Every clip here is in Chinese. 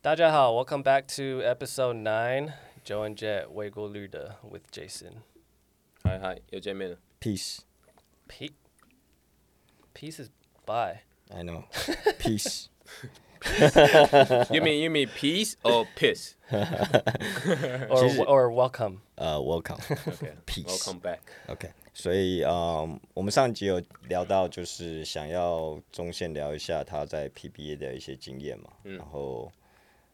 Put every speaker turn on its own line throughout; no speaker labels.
大家好，Welcome back to Episode Nine. Joe and Jet 未过滤的 with Jason.
嗨嗨，又见面了。
Peace.
Pe- peace is by.
I know. Peace.
You mean you mean peace or piss?
Or or welcome.
呃、w e l c o m e
Okay,
Peace.
Welcome back.
OK，所以啊我们上集有聊到，就是想要中线聊一下他在 PBA 的一些经验嘛。
嗯
然后，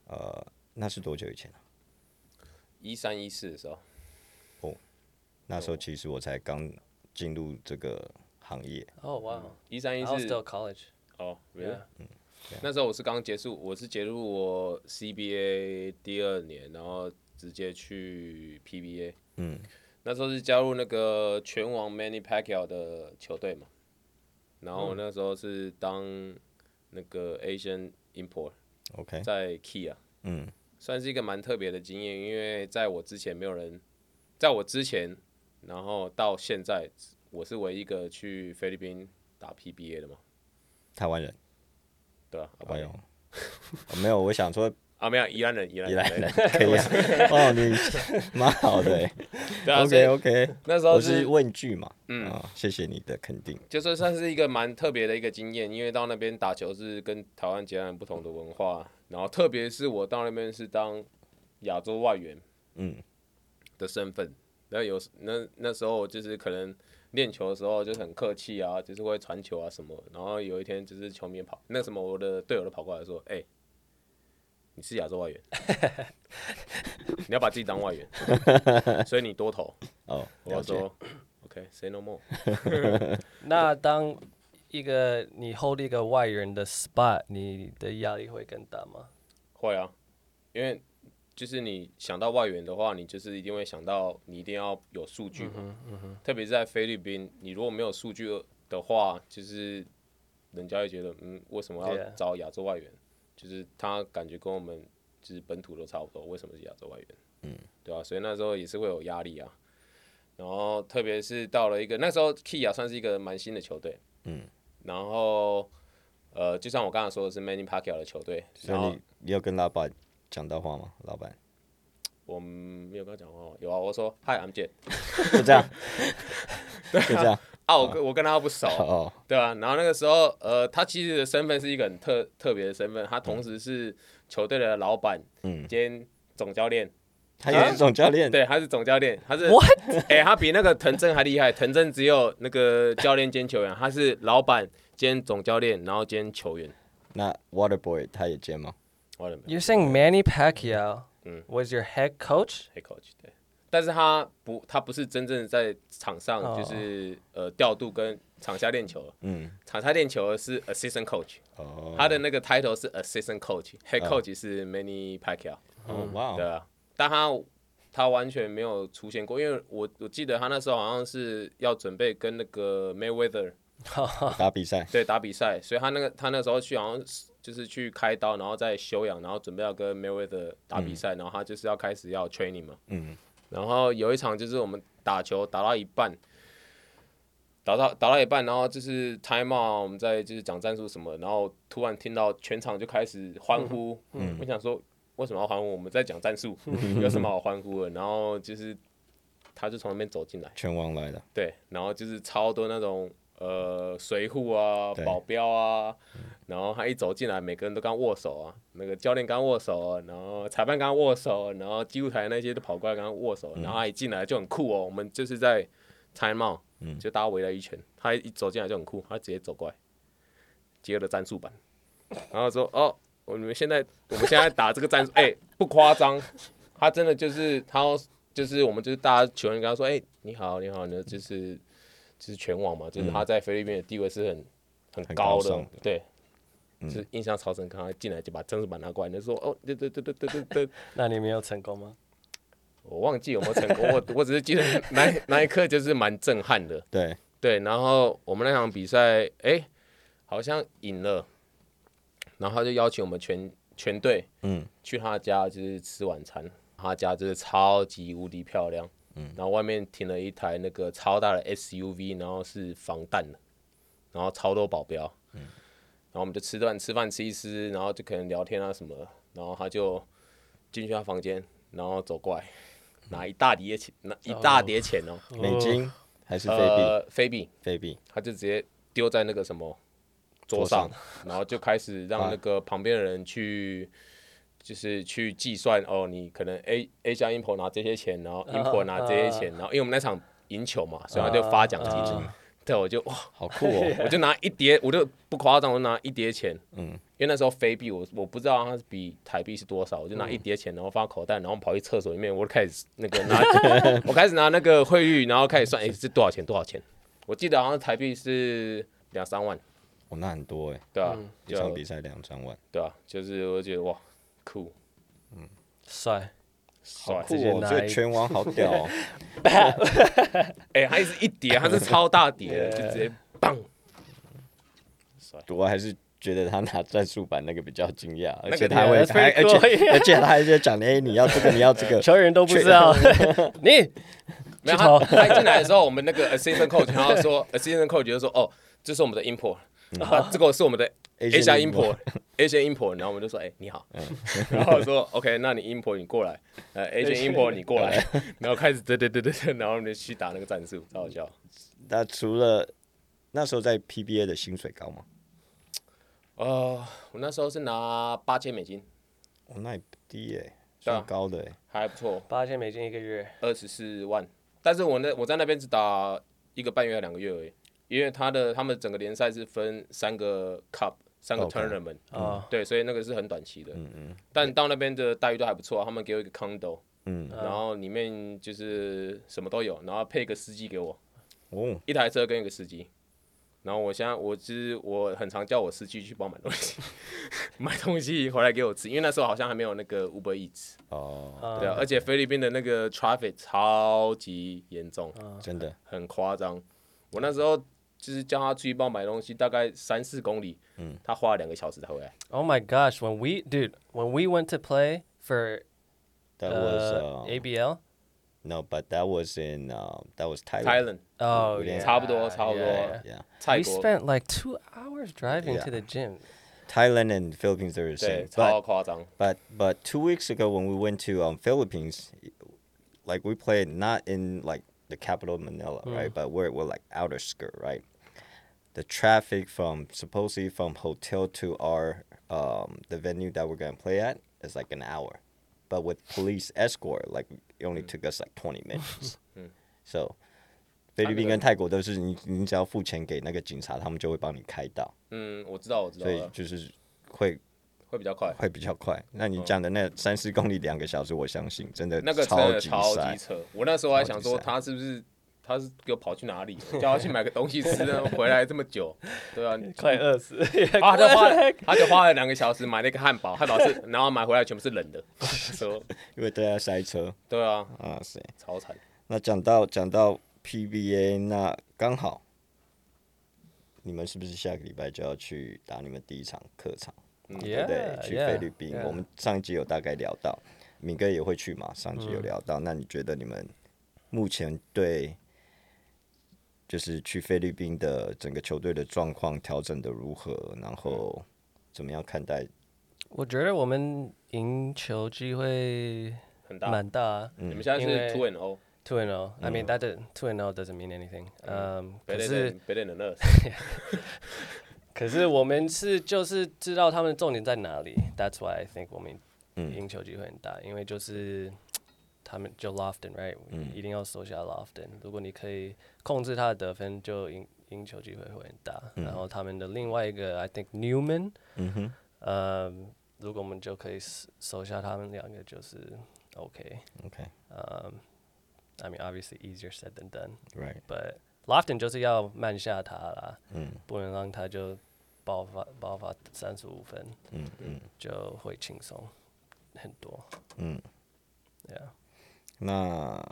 呃，那是多久以前啊？
一三一四的时候，
那
哦
时候其实我才刚进入这个行业。
Oh wow.
一三
I
一
was
四
still college.
哦，really？那时 Hmm. 候我是刚结束，我是结束我 CBA 第二年，然后直接去 PBA。
嗯，
那时候是加入那个拳王 Manny Pacquiao 的球队嘛，然后我那时候是当那个 Asian Import。
OK，
在 Key 啊，
嗯，
算是一个蛮特别的经验，因为在我之前没有人，在我之前，然后到现在，我是唯一一个去菲律宾打 PBA 的嘛，
台湾人。
对吧、啊？
哎呦，哦没有，我想说
啊，没有宜兰人，宜兰
宜兰
人，
人可以啊。哦，你蛮好的欸、
对啊，所
OK
以
OK，
那时候
我
是
是问句嘛。嗯、谢谢你的肯定。
就是算是一个蛮特别的一个经验，因为到那边打球是跟台湾截然不同的文化，然后特别是我到那边是当亚洲外援，
嗯，
的身份，然后有时那那时候就是可能练球的时候就是很客气啊，就是会传球啊什么，然后有一天就是球迷跑那什么我的队友都跑过来说，哎、你是亚洲外援， 你要把自己当外援， 所以你多投，
哦，
我
了解。
说 OK，say、no more。
那当一个你 hold 一个外人的 spot，你的压力会更大吗？
会啊，因为就是你想到外援的话，你就是一定会想到你一定要有数据嘛。特别是在菲律宾，你如果没有数据的话，就是人家会觉得，嗯，为什么要
Yeah
找亚洲外援就是他感觉跟我们就是本土都差不多，为什么是亚洲外援？嗯，对啊，所以那时候也是会有压力啊。然后特别是到了一个那时候 Kia 算是一个蛮新的球队，嗯，然后呃，就像我刚才说的是 Manny Pacquiao 的球队，
所
然
以
后。
你你有跟老板讲到话吗？老 板
我们没有跟他讲话，有啊，我说 Hi，I'm Jet
就这样，就这样。
啊，我跟我跟他不熟，
哦，
对啊，然后那个时候，呃，他其实的身份是一个很特特别的身份，他同时是球队的老板，
嗯
兼总教练，
他也是总教练。
对，他是总教练，他是
What？
哎、他比那个藤真还厉害，藤真只有那个教练兼球员，他是老板兼总教练，然后兼球员，
那 Water Boy 他也兼吗？
完了没
You're saying Manny Pacquiao
嗯
was your head coach?
？Head coach 对，但是他不，他不是真正在场上
哦
就是、呃调度跟场下练球，
嗯，
场下练球的是 assistant coach。
哦，
他的那个 title 是 assistant coach，head coach 是 Manny Pacquiao，、
哦哇
对
哦，
啊，但他他完全没有出现过，因为我我记得他那时候好像是要准备跟那个 Mayweather 啊
打比赛，
对打比赛，所以他那个他那时候去好像是就是去开刀，然后再休养，然后准备要跟 Mayweather 打比赛，然后他就是要开始要 training 嘛，
嗯，
然后有一场就是我们打球打到一半，打到打到一半，然后就是 time out，我们在就是讲战术什么，然后突然听到全场就开始欢呼，我想说为什么要欢呼？我们在讲战术，有什么好欢呼的？然后就是他就从那边走进来，
拳王来的，
对，然后就是超多那种呃随护啊、
对
保镖啊，然后他一走进来，每个人都刚握手啊，那个教练刚握手啊，然后裁判刚握手，然后记录台那些都跑过来刚握手，然后他一进来就很酷哦，我们就是在 time out，就大家围了一圈，他一走进来就很酷，他直接走过来，接了战术板，然后说哦，我你们现在我们现在打这个战术，哎、不夸张，他真的就是他就是我们就是大家球员跟他说，哎、你好你好，呢就是就是拳王嘛，就是他在菲律宾的地位是很很
很
高
高
的，
尚的
对。就是印象超深刻，他进来就把战术板拿过来，就说哦，对对对对对对对，
那你没有成功吗？
我忘记有没有成功，我我只是记得那一那一刻就是蛮震撼的，
对，
对，然后我们那场比赛，哎、好像赢了，然后他就邀请我们全全队，
嗯，
去他家就是吃晚餐，他家就是超级无敌漂亮，嗯，然后外面停了一台那个超大的 SUV，然后是防弹的，然后超多保镖，嗯，然后我们就吃饭吃饭吃一吃，然后就可能聊天啊什么的，然后他就进去他房间，然后走过来，拿一大叠钱，拿一大叠钱哦，
美金还是菲币？
呃，菲比，
菲币
他就直接丢在那个什么桌
桌
上
上，
然后就开始让那个旁边的人去。就是去计算哦，你可能 A A 加 import 拿这些钱，然后 import 拿这些钱，然后因为我们那场赢球嘛，所以他就发奖金。对，我就哇，
好酷哦！
我就拿一叠，我就不夸张，我就拿一叠钱，嗯，因为那时候菲币我我不知道它是比台币是多少，我就拿一叠钱，然后放口袋，然后跑去厕所里面，我就开始那个拿， 我开始拿那个汇率，然后开始算，哎、是多少钱？多少钱？我记得好像台币是两三万，
哦，那很多哎，
对啊，
一
就
场比赛两三万，
对啊，就是我就觉得哇，酷，
帅，
帅，
酷
直接
哦！
拿
这个
一
拳王好屌 哦！
哎、它是一叠，它是超大叠的，就直 接棒，
我还是觉得他拿战术版那个比较惊讶，而且
个
他会，
that's
他
pretty
而
cool,
且 而且他还在讲，哎，你要这个，你要这 个，
球员都不知道你
没有
投
他他一进来的时候，我们那个 assistant coach 然后 说 assistant coach 就说哦，这是我们的 import，啊，这个是我们的
嗯 Asian
Asia
import 嗯
import，Asian import，然后我们就说哎你好， 然后说 OK，那你 import 你过来，呃 Asian import 你过来， 然后开始对对对对对，然后我们就去打那个战术，超好笑。
那除了那时候在 PBA 的薪水高吗？
哦，我那时候是拿八千美金，
哦，那也不低哎，
对啊
算高的哎。
还不错，
八千美金一个月，
二十四万，但是我那我在那边只打一个半月还两个月而已，因为他的他们整个联赛是分三个 cup。三个
OK 哦
tournament，、
啊
对，所以那个是很短期的。但到那边的待遇都还不错，他们给我一个 condo，
嗯
然后里面就是什么都有，然后配一个司机给我，
哦，
一台车跟一个司机。然后我现在我就是我很常叫我司机去帮我买东西， 买东西回来给我吃，因为那时候好像还没有那个 Uber Eats，
哦，
对啊，而且菲律宾的那个 traffic 超级严重，
真的，
很夸张。我那时候就是叫他出去帮我买东西，大概三四公里，
嗯
他花了两个小时才回来。
Oh my gosh! When we, dude, when we went to play for
that
uh,
was uh,
ABL,
no, but that was in uh, that was Thailand.
Thailand
oh
we
yeah,
didn't-
差不多，差
yeah,
不多
yeah.，
Yeah,
泰
We
国
spent like two hours driving to
Yeah.
the gym.
Thailand and Philippines are the
对
same.
超
But
夸张，
but but two weeks ago when we went to um, Philippines, like we played not in like the capital Manila, right? But we're we're like outer skirt, right? The traffic from supposedly from hotel to our um, the venue that we're gonna play at is like an hour, but with police escort, like it only took us like twenty minutes. so. 菲律宾跟泰国都是你，你只要付钱给那个警察，他们就会帮你开道，
嗯，我知道，我知道
所以
了，
就是会
会比较快。
会比较快。那你讲的那三四公里两个小时，我相信真的
嗯那个真
超
的
级
超级
塞。
扯，我那时候还想说
超级塞
他是不是他是给我跑去哪里，叫他去买个东西吃， 然后回来这么久，对啊，你
快饿死！
啊，他就 花了他就花了两个小时买了一个汉堡，汉堡是然后买回来全部是冷的， 说
因为都在塞车。
对啊，
啊塞！
超惨。
那讲到讲到 PBA，那刚好你们是不是下个礼拜就要去打你们第一场客场？对
yeah,
不对？去
yeah,
菲律宾
yeah.
我们上一集有大概聊到，敏哥也会去嘛，上集有聊到。那你觉得你们目前对就是去菲律宾的整个球队的状况调整的如何？然后怎么样看待？
我觉得我们赢球机会
很大，
蛮大。
Mm.
你们现在
因为
是 two and o
Two and O. I mean that doesn't- two and O doesn't mean anything. Um, 嗯，可
better
是
than better than us。
可是我们是就是知道他们的重点在哪里。That's why I think 我们赢球机会很大，因为就是他们就 Lofton right，、一定要收下 Lofton。如果你可以控制他的得分，就赢赢球机会会很大。然后他们的另外一个 I think Newman，
嗯哼，
呃，如果我们就可以收收下他们两个，就是 OK。
OK，
I mean obviously easier said than done。
right，
but Lofton 就是要慢下他啦，
嗯
不能让他就爆发爆发三十五分，
嗯嗯
就会轻松很多。
嗯。
Yeah，
那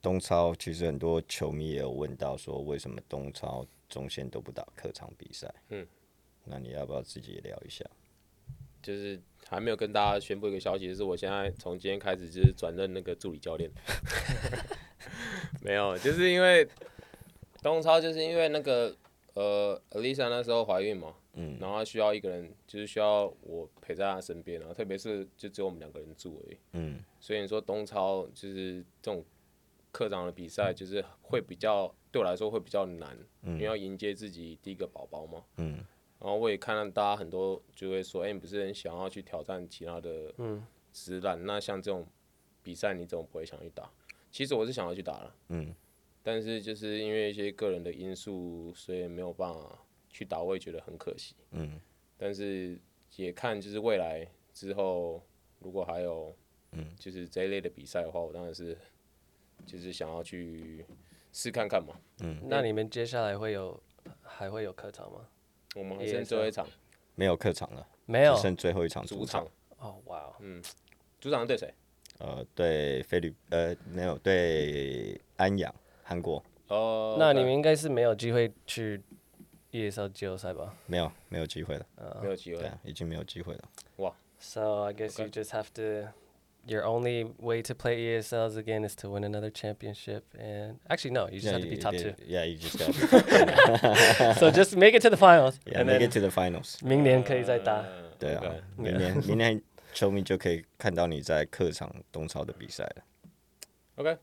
东超其实很多球迷也有问到说，为什么东超中线都不打客场比赛？
嗯，
那你要不要自己也聊一下？
就是还没有跟大家宣布一个消息，就是我现在从今天开始就是转任那个助理教练。没有，就是因为东超，就是因为那个呃，Alisa 那时候怀孕嘛，嗯，然后她需要一个人，就是需要我陪在她身边，然后特别是就只有我们两个人住而已，
嗯，
所以你说东超就是这种课长的比赛，就是会比较对我来说会比较难，因为要迎接自己第一个宝宝嘛，
嗯，
然后我也看到大家很多就会说，哎、你不是很想要去挑战其他的直男，那像这种比赛你怎么不会想去打？其实我是想要去打了，
嗯，
但是就是因为一些个人的因素，所以没有办法去打，我也觉得很可惜，
嗯，
但是也看就是未来之后如果还有，嗯，就是这一类的比赛的话，我当然是就是想要去试看看嘛，
Hmm.
那你们接下来会有还会有客场吗？
我们还
也
剩
是
最后一场
没有客场了，
没有
只。剩最后一场
主
主
场
场。，
哦，哇哦，
主场对谁？
呃，对菲律呃没有对安阳韩国
哦，
那你
对
们应该是没有机会去 ESL 季后赛吧
没有没有机会了，
没有机
对
会
啊，已经没有机会了。
？So I guess you just have to. Your only way to play E ESLs again is to win another championship, and actually no, you just have to be
you-
top
you-
two.
Yeah, you just gotta
so just make it to the finals,
yeah,
and
make
then
it to the finals.
明年可以再打。
嗯
对
OK
啊，明年明年球迷就可以看到你在客场东超的比赛了。
OK，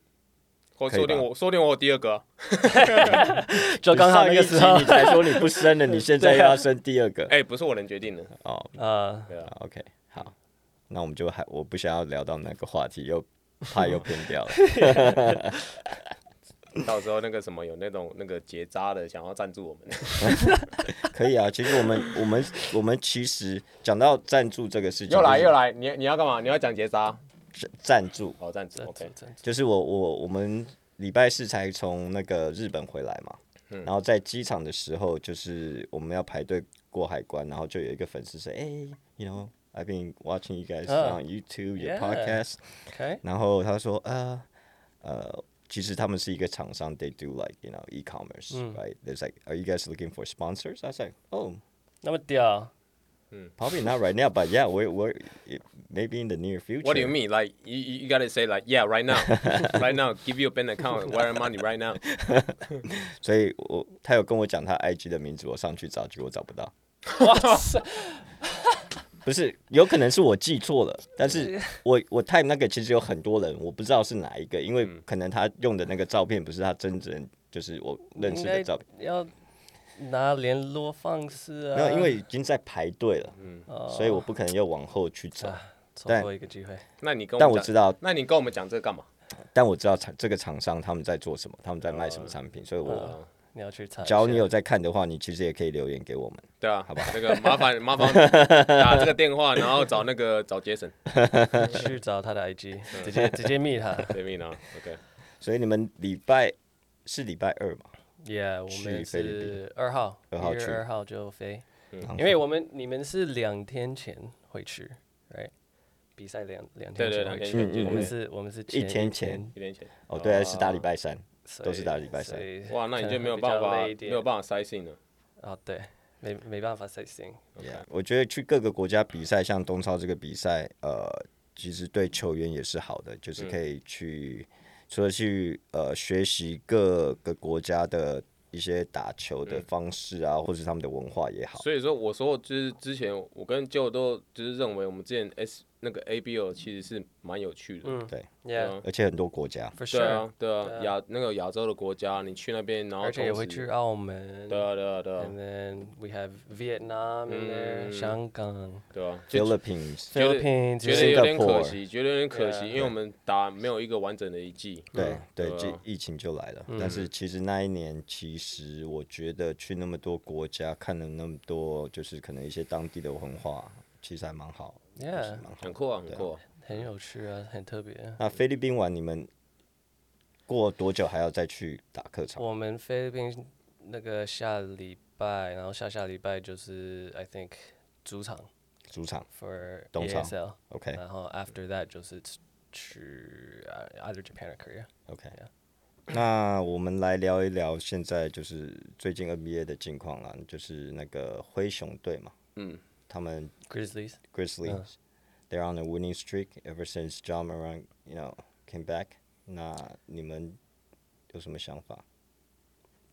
我
可以
说不定
吧
我说不定我有第二个啊、
呃
就刚好那个
你
时候
上一集你才说你不 生了，你现在又要生第二个。
哎、不是我能决定的。
哦
啊，
对啊，
，OK，好，那我们就还我不想要聊到那个话 题，又怕又偏掉了。
到时候那个什么有那种那个结扎的想要赞助我们，
可以啊，其实我们我们我们其实讲到赞助这个事情，
又来
就是
又来，你你要干嘛？你要讲结扎？
赞助，
哦，赞助
这这
OK，
这
就是我我我们礼拜四才从那个日本回来嘛，
嗯
然后在机场的时候，就是我们要排队过海关，然后就有一个粉丝说，哎、y o u know。I've been watching you guys
啊
on YouTube, your
yeah
podcast.
OK，
然后他说，呃，呃，其实他们是一个厂商，they do like you know e-commerce,
嗯
right? There's like, are you guys looking for sponsors? I was like, oh,
那么屌
probably not right now, but yeah, we're we're it- maybe in the near future.
What do you mean? Like you you you gotta say like yeah right now, right now give you a bank account, wire money right now.
所以我他有跟我讲他 IG 的名字，我上去找，结果找不到。 不是，有可能是我记错了，但是我我 type 那个其实有很多人，我不知道是哪一个，因为可能他用的那个照片不是他真正就是我认识的照片，
要拿联络方式啊。
没有，因为已经在排队了，
哦
所以我不可能又往后去找。
啊，错过一个机会。
那你跟
但
我
我
们
知
讲，
道，
那你跟我们讲这个干嘛？
但我知道厂这个厂商他们在做什么，他们在卖什么产品，所以我
你要去查一下。
只要你有在看的话，你其实也可以留言给我们。
对啊，好吧，那个麻烦麻 烦打这个电话，然后找那个找 Jason
去找他的 IG，直接直接密他。
对面啊，OK，
所以你们礼拜是礼拜二嘛？
Yeah，我们
去菲律宾
是二号，
二号
一月
去嗯
二号就飞，
然
因为我们你们是两天前回去，right？比赛两两天
对对，
前回
两天
去，
前
嗯
就是
我
我们
们
嗯
是我们是
一天
前
前
一年前。
哦，对啊，是打礼拜三，
所以
都是打礼拜三
所以
哇，那你
可
就
能
没有
比较
办法
累一
没
点
有办法塞信了。
啊，对，没没办法塞行。
Yeah，我觉得去各个国家比赛，像东超这个比赛，呃，其实对球员也是好的，就是可以去、除了去呃学习各个国家的一些打球的方式啊，或是他们的文化也好。
所以说，我说就是之前我跟舅都就是认为我们之前 S 那个 ABO 其实是蛮有趣的，啊
嗯
对，
，Yeah，for
而且很多国家，
对
sure，
啊，对啊，亚那个亚洲的国家，你去那边，然后
而且也
同
会
时
去嗯澳门。
对啊，对啊，对啊
And，then we have Vietnam in there,
嗯
香港、
对啊，就
Philippines，
觉得
Philippines，
觉得有点可
Singapore
惜，觉得有点可惜，
Yeah
因为我们打没有一个完整的一季，
对嗯对嗯
对，啊
这疫情就来了。但是其实那一年，其实我觉得去那么多国家，看了那么多，就是可能一些当地的文化，其实还蛮好，
Yeah
就是蛮好
很。酷啊，很酷啊。
很有趣啊，很特别。
那菲律宾玩，你们过多久还要再去打客场？
我们菲律宾那个下礼拜，然后下下礼拜就是 I think 主场
主场
for
东窗
ASL，
，OK
然后 after that 就是去呃 either Japan or Korea。
OK。那我们来聊一聊现在就是最近 NBA 的近况啦，就是那个灰熊队嘛，
嗯，
他们
Grizzlies，
Grizzlies.
嗯
They're on a winning streak ever since John Moran, you know, came back. 那你们有什么想法？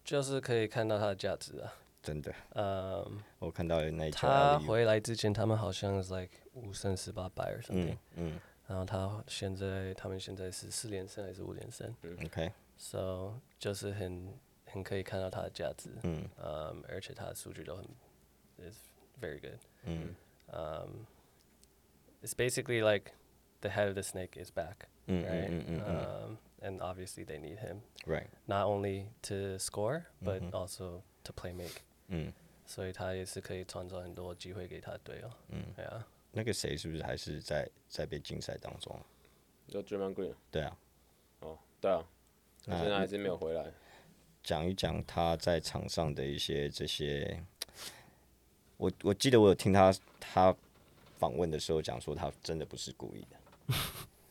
就是可以看到它的价值啊，
真的，
Um,
我看到那一球
他
alley-oop
回来之前，他们好像是 like 五胜十八败 or something，、
嗯嗯
然后他现在他们现在是四连胜还是五连胜
嗯
嗯，OK，
？So 就是很很可以看到他的价值，
嗯
嗯，而且他的数据都很 is very good。
嗯
Um, it's basically like the head of the snake is back,
嗯
right?
嗯嗯嗯
Um, and obviously they need him
，right，
not only to score but
Mm-hmm.
also to play make.
嗯
所以他也是可以创造很多机会给他的队友。
嗯，
对啊，
那个谁是不是还是在在被竞赛当中啊？
就 Draymond Green
对啊，
哦，对啊，他
那
现在还是没有回来。
讲一讲他在场上的一些这些。我我记得我有听他他访问的时候讲说他真的不是故意的，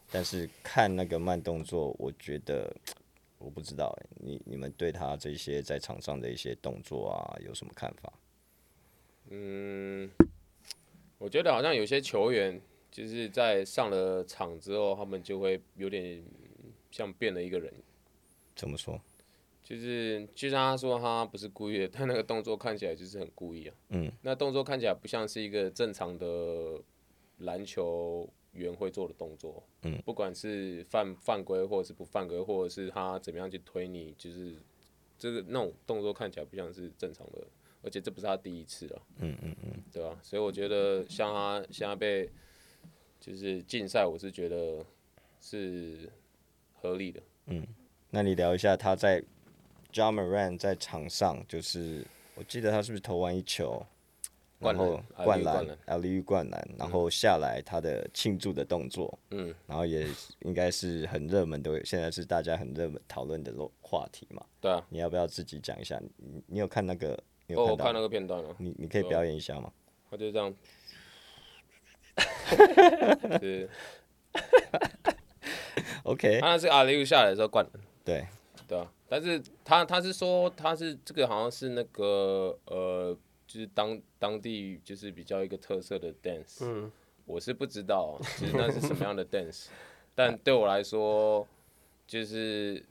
但是看那个慢动作，我觉得我不知道欸你你们对他这些在场上的一些动作啊有什么看法？
嗯，我觉得好像有些球员就是在上了场之后，他们就会有点像变了一个人，
怎么说？
就是就像他说他不是故意的，但 那个动作看起来就是很故意啊。
嗯，
那动作看起来不像是一个正常的篮球员会做的动作。
嗯，
不管是犯犯规或者是不犯规，或者是他怎么样去推你，就是这个那种动作看起来不像是正常的，而且这不是他第一次了。嗯嗯嗯，对吧、所以我觉得像他现在被就是禁赛，我是觉得是合理的。
那你聊一下他在 John Moran 在场上，就是我记得他是不是投完一球，
灌
然
篮
后
，alley-oop 灌
灌篮
篮，
阿里灌篮，然后下来他的庆祝的动作，
嗯，
然后也应该是很热门的，现在是大家很热门讨论的咯话题嘛。
对啊，
你要不要自己讲一下？你你有看那个？你
哦，
有
我
看
看那
到吗？
个片段了，
你你可以表演一下吗？
他就这样，是，哦
OK，
他那是阿雷乌下来的时候灌的，
对，
对啊，但是他他是说他是这个好像是那个呃，就是当当地就是比较一个特色的 dance，
嗯，
我是不知道，啊就是那是什么样的 dance，但对我来说，就是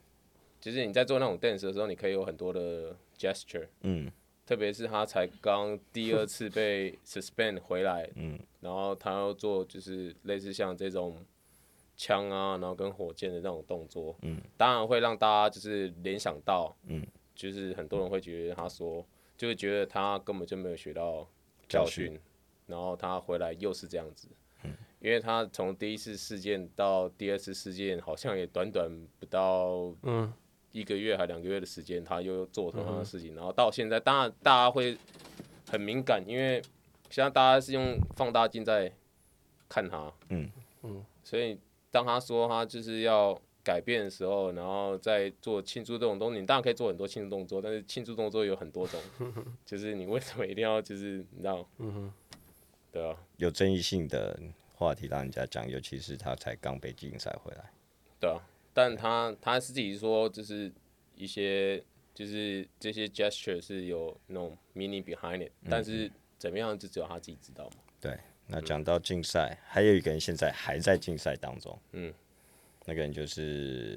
就是你在做那种 dance 的时候，你可以有很多的 gesture，
嗯
特别是他才 刚第二次被 suspend 回来，
嗯
然后他要做就是类似像这种枪啊，然后跟火箭的那种动作，
嗯，
当然会让大家就是联想到，
嗯，
就是很多人会觉得他说，就会觉得他根本就没有学到教
教嗯
训，然后他回来又是这样子，因为他从第一次事件到第二次事件，好像也短短不到
嗯
一个月还两个月的时间，他又做同样的事情，然后到现在，当然大家会很敏感，因为现在大家是用放大镜在看他，
嗯
嗯，
所以当他说他就是要改变的时候，然后再做庆祝这种东西，你当然可以做很多庆祝动作，但是庆祝动作有 很多种，就是你为什么一定要就是你知道，
嗯哼，
对啊，
有争议性的话题让人家讲，尤其是他才刚被竞赛回来。
对啊，但他他是自己说，就是一些就是这些 gesture 是有那种 meaning behind it，、但
嗯
是怎么样就只有他自己知道嘛。
对，那讲到竞赛，还有一个人现在还在竞赛当中。
嗯，
那个人就是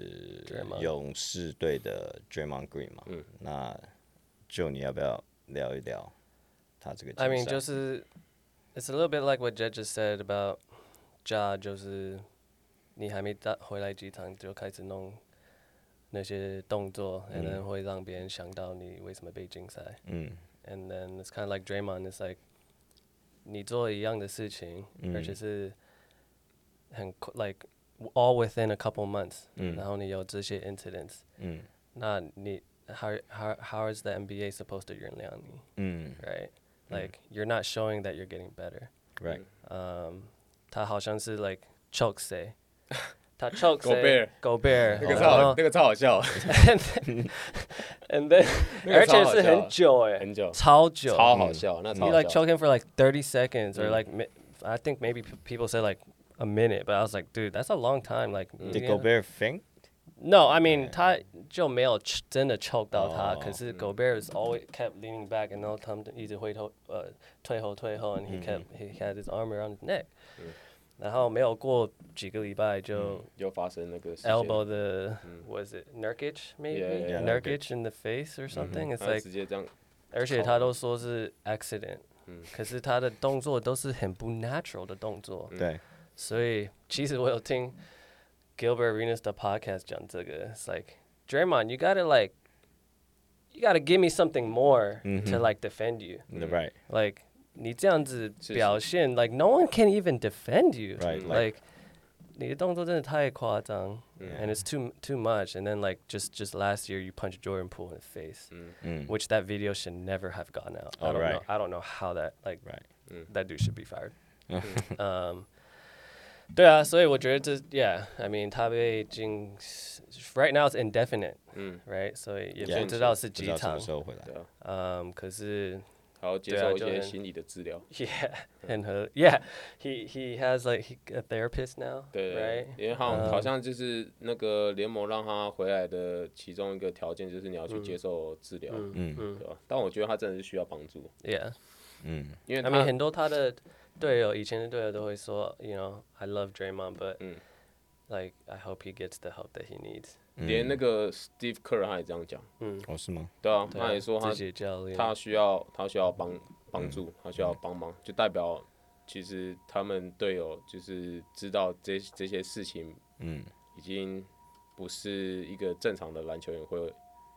Draymond
勇士队的 Draymond Green 嘛。嗯，那就你要不要聊一聊他这个竞赛
I mean 就是 it's a little bit like what Jed just said about Ja，就是你还没到回来几场就开始弄那些动作，可能会让别人想到你为什么被禁赛。
嗯
and then it's kind of like Draymond. It's like 你做一样的事情，而且是很 co- like w- all within a couple months，、
嗯
然后你有这些 incidents，
嗯
那你 how how how is the NBA supposed to 原谅你
嗯
，right? Like you're not showing that you're getting better.
，right，
Um, 他好像是 like choke say，他 choke
Gobert
say Gobert，
那个超
然
好，
后
那个超好笑，
and then
那个
而且
超好
是
笑
很久哎、
很久，
超久，
超好笑，那超
He
好
like
笑。
choking for like 30 seconds or like mi- I think maybe p- people said like a minute, but I was like, dude, that's a long time. Like,
Did
you know-
Gobert faint?
No, I mean, 他就没有 ch- 真的 choke
Oh,
哦，
mm.
到他，可是 Gobert is always kept leaning back and 然后他们一直回头呃退后退后 and he
Mm-hmm.
kept he had his arm around his neck. 然后没有过几个礼拜就
又发生那个事件
elbow the was it Nurkic maybe
Mm. Yeah, Mm-hmm. yeah,
yeah.
Nurkic in the face or something. It's
嗯他
like
直接这样
而且他都说是 accident，可
Mm.
是他的动作都是很不 natural 的动作，
对，
所以其实我有听 Gilbert Arenas 的 podcast 讲这个，it's like Draymond，you gotta like you gotta give me something more
Mm-hmm.
to like defend you，
right,
like 你这样子
是
表现，like no one can even defend you.
Right, like-
like 你的动作真的太夸张，and it's too too much. And then like just just last year you punched Jordan Poole in the face,
嗯
嗯
which that video should never have gotten out. I
Oh,
don't
Mm. right.
know. I don't know how that like
right.
that dude should be fired. um, 对啊，所以我觉得这 yeah, I mean 他被禁 right now it's indefinite,
嗯
right? 所以也
Yeah，
不知道是
不
几
知道什
场
么，时候回来
对。啊，
嗯，可是。
还要接
对啊
受一
就
些
是
心理的治疗。
uh, Yeah, and her, yeah, he he has like he, a therapist now,
对
right?
因为好像、
嗯
好像就是那个联盟让他回来的其中一个条件就是你要去接受治疗，
嗯
对吧？但我觉得他真的是需要帮助，
Mm. Yeah,
嗯
因为
I
他
mean 很多他的队友，以前的队友都会说, you know, I love Draymond, but
嗯
like I hope he gets the help that he needs.
连那个 Steve Kerr 他也这样讲，
哦是吗？
对啊，嗯他也说他
自己教练，
他需要他需要帮帮助，他需要帮忙，就代表其实他们队友就是知道这这些事情
嗯
已经不是一个正常的篮球员会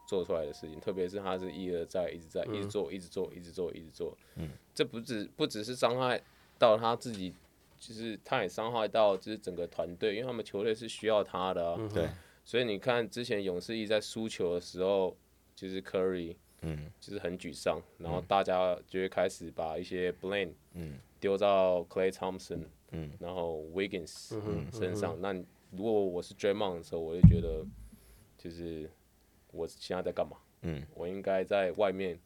做出来的事情，特别是他是一而再、一直在、一直做、一直做、一直做、一直做。嗯，这不只不只是伤害到他自己，就是他也伤害到就是整个团队，因为他们球队是需要他的、啊。
嗯
对，
所以你看之前勇士一直在输球的时候，就是 Curry，
嗯，
就是很沮丧，然后大家就会开始把一些 blame，嗯，丢到 Clay Thompson，嗯，然后 Wiggins 身上。那你如果我是 Draymond 的时候，我就觉得就是我现在在干嘛？
嗯，
我应该在外面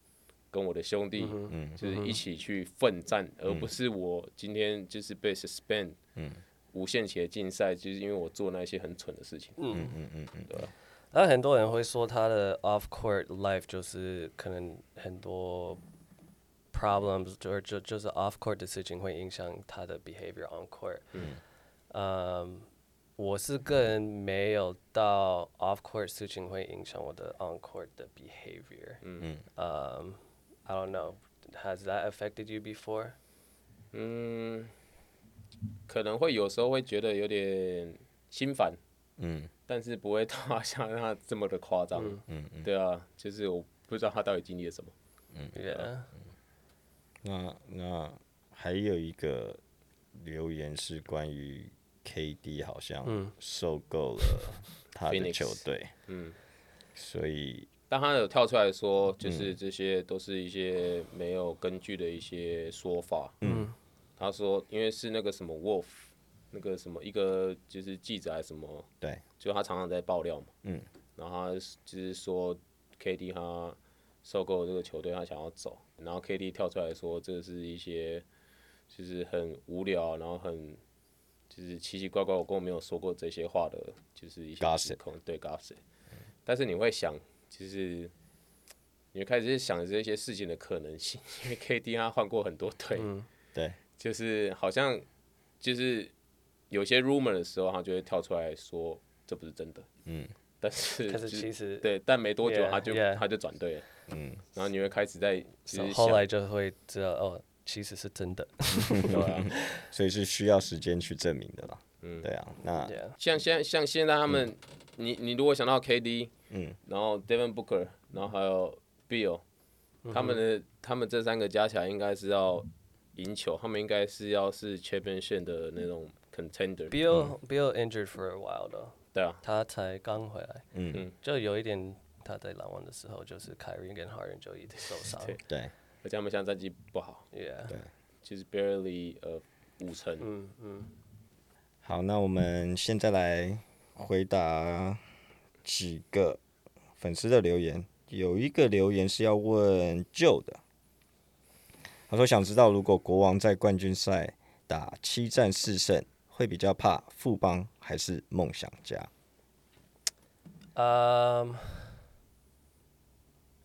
跟我的兄弟，嗯，就是一起去奋战，而不是我今天就是被 suspend，嗯，无限期的禁赛，就是因为我做那些很蠢的事情，嗯嗯嗯嗯，对吧？
那很多人会说他的 off court life 就是可能很多 problems 就就就是 off court 的事情会影响他的 behavior on court。嗯，我是个人没有到 off court 事情会影响我的 on court 的 behavior。嗯嗯，I don't know. Has that affected you before?
嗯，可能会有时候会觉得有点心烦，
嗯
但是不会到像他这么的夸张，
嗯嗯。
对啊，就是我不知道他到底经历了什么。
Yeah.
那那还有一个留言是关于 KD 好像受够了 他的
嗯 Phoenix
球队，
嗯，
所以
但他有跳出来说，就是这些都是一些没有根据的一些说法。嗯，他说因为是那个什么 Wolf，那个什么一个就是记者还是什么，
对，
就他常常在爆料嘛。
嗯，
然后他就是说 KD 他收购这个球队，他想要走，然后 KD 跳出来说这是一些就是很无聊，然后很就是奇奇怪怪，我根本没有说过这些话的，就是一些
Gossip
指控对 gossip。但是你会想，就是你会开始想这些事情的可能性，因为 KD 他换过很多队，
对，
就是好像就是有些 rumor 的时候，他就会跳出来说这不是真的，嗯，但是
可是
就
其实
对，但没多久
Yeah，
他就
yeah
他就转队了，嗯，然后你会开始在就
So
是想，
后来就会知道哦，其实是真的。
对啊
所以是需要时间去证明的啦。嗯，对啊，那
Yeah.
像现在像现在他们，你你如果想到 KD，嗯，然后 Devin Booker，然后还有 Bill，、他们
嗯
的他们这三个加起来应该是要赢球，他们应该是要是 championship 的那种 contender，
Bill Bill injured for a while 的，
对啊，
他才刚回来，
嗯
嗯，
就有一点他在篮网的时候，就是 Kyrie 跟 Harden 就一直受伤
对
对
而且他们现在战绩不好，
，Yeah，
对。
就是 barely 呃五成，
嗯嗯，
好，那我们现在来回答几个粉丝的留言。有一个留言是要问 Joe 的，他说想知道如果国王在冠军赛打七战四胜，会比较怕富邦还是梦想家？
嗯，Um,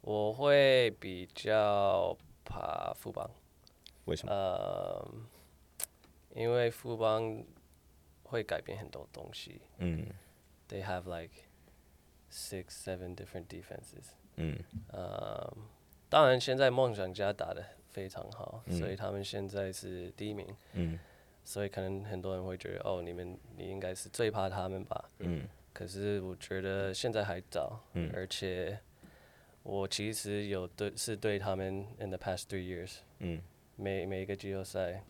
我会比较怕富邦，
为什么？
呃，因为富邦会改变很多东西
嗯
，They have like six, seven different defenses.
嗯
Um, 当然现在梦想家打的非常好，所以他们现在是第一名。
嗯
所以可能很多人会觉得，哦，你们你应该是最怕他们吧？
嗯
可是我觉得现在还早，
嗯
而且我其实有对是对他们 in the past three years
嗯
每每一个季后赛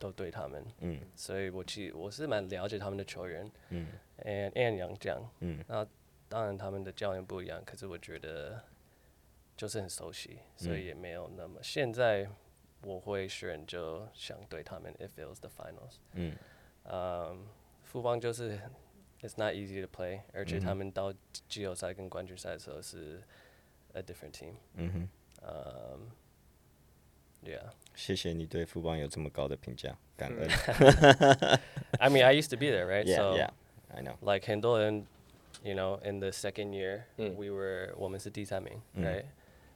都对他们，
嗯
所以我其我是蛮了解他们的球员
嗯
，and and 杨将，
嗯
那当然他们的教练不一样，可是我觉得就是很熟悉，
嗯
所以也没有那么、现在我会选就想对他们 if it was the finals。
嗯
嗯，富邦就是 it's not easy to play，而
Mm-hmm.
且他们到季后赛跟冠军赛的时候是 a different team。
嗯哼，
嗯，yeah，
谢谢你对富邦有这么高的评价，感恩。
I mean I used to be there, right?
yeah
so
yeah, I know.
like 很多人，you know, in the second year、
嗯
we were 我们是第三名、
嗯
r i g h t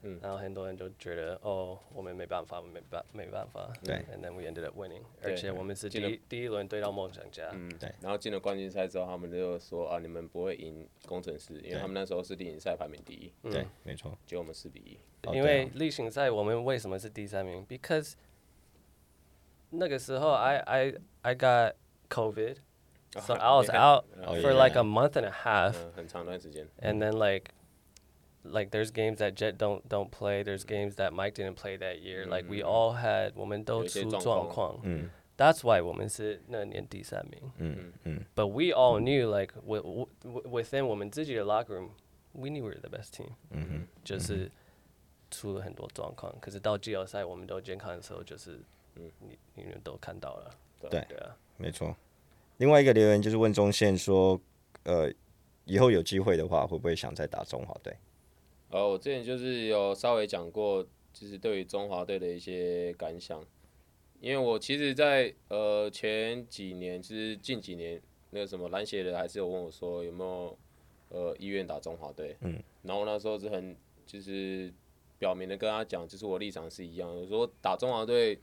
嗯
然后很多人就觉得哦，我们没办法，我们没办没办法。
对
，and then we ended up winning，
对
而且我们是第
进了
一第一轮对到梦想家。
嗯
对，
然后进了冠军赛之后，他们就说啊，你们不会赢工程师，因为
对
他们那时候是电影赛排名第一，
嗯
对，没错。
结果我们四比一。
哦
因
对
为
啊
例行赛我们为什么是第三名？Because 那个时候 I I I got COVID, so I was out
Oh,
for
yeah.
like a month and a half,
嗯，很长一段时间。
and then like like there's games that Jet don't don't play, there's games that Mike didn't play that year. Like we
Mm.
all had 我们都
有一些
出
状
状
况
况。
嗯
That's why 我们是那年第三名。
嗯嗯
But we all knew like w- w- w- within 我们自己的 locker room, we knew we were the best team.
嗯哼
就是出了很多状况。可是到季后赛我们都健康的时候，就是
嗯
你你们都看到了，
对
对啊，
没错。另外一个留言就是问中线说，呃，以后有机会的话，会不会想再打中华队？
呃，我之前就是有稍微讲过，就是对于中华队的一些感想，因为我其实在，呃前几年，就是近几年，那个什么蓝鞋的还是有问我说有没有呃意愿打中华队，
嗯，
然后我那时候是很就是表明的跟他讲，就是我立场是一样的，我说打中华队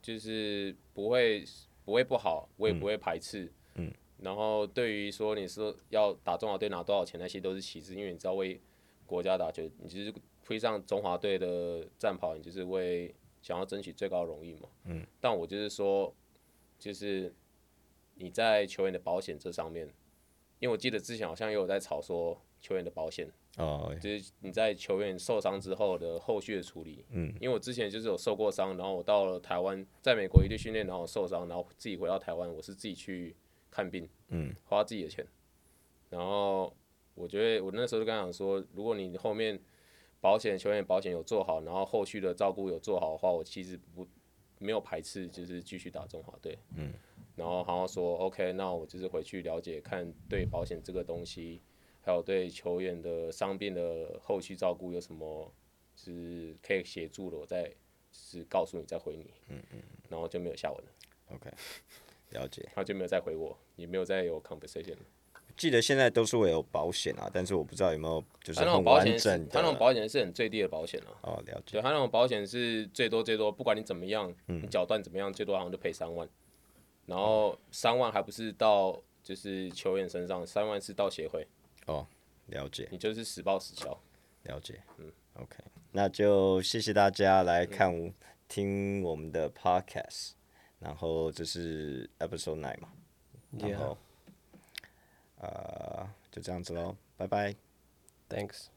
就是不会不会不好，我也不会排斥，
嗯
然后对于说你是要打中华队拿多少钱，那些都是其次，因为你知道为国家打球，你就是披上中华队的战袍，你就是为想要争取最高荣誉嘛。嗯。但我就是说，就是你在球员的保险这上面，因为我记得之前好像也有在吵说球员的保险，
哦，
就是你在球员受伤之后的后续的处理。
嗯。
因为我之前就是有受过伤，然后我到了台湾，在美国一队训练，然后我受伤，然后自己回到台湾，我是自己去看病，
嗯，
花自己的钱。然后我觉得我那时候就跟他讲说，如果你后面保险球员保险有做好，然后后续的照顾有做好的话，我其实不没有排斥，就是继续打中华队。嗯。然后好像说 OK，那我就是回去了解看对保险这个东西，还有对球员的伤病的后续照顾有什么是可以协助的，我再是告诉你再回你。嗯嗯。然后就没有下文了，
OK，了解。
他就没有再回我，也没有再有 conversation 了。
记得现在都是会有保险啊，但是我不知道有没有就是
他那种
很
保
完
险是
整的。
他那种保嗯险是很最低的保险了、
哦，了
对
解。
他那种保险是最多最多，不管你怎么样，
嗯
你脚断怎么样，最多好像就赔三万，然后三万还不是到就是球员身上，三万是到协会，
哦，了解，
你就是死报死销。
了解。嗯，OK，那就谢谢大家来看、听我们
嗯
的 Podcast，然后这是 Episode Nine 嘛，然
Yeah.
后呃就这样子喽，拜拜。
Thanks.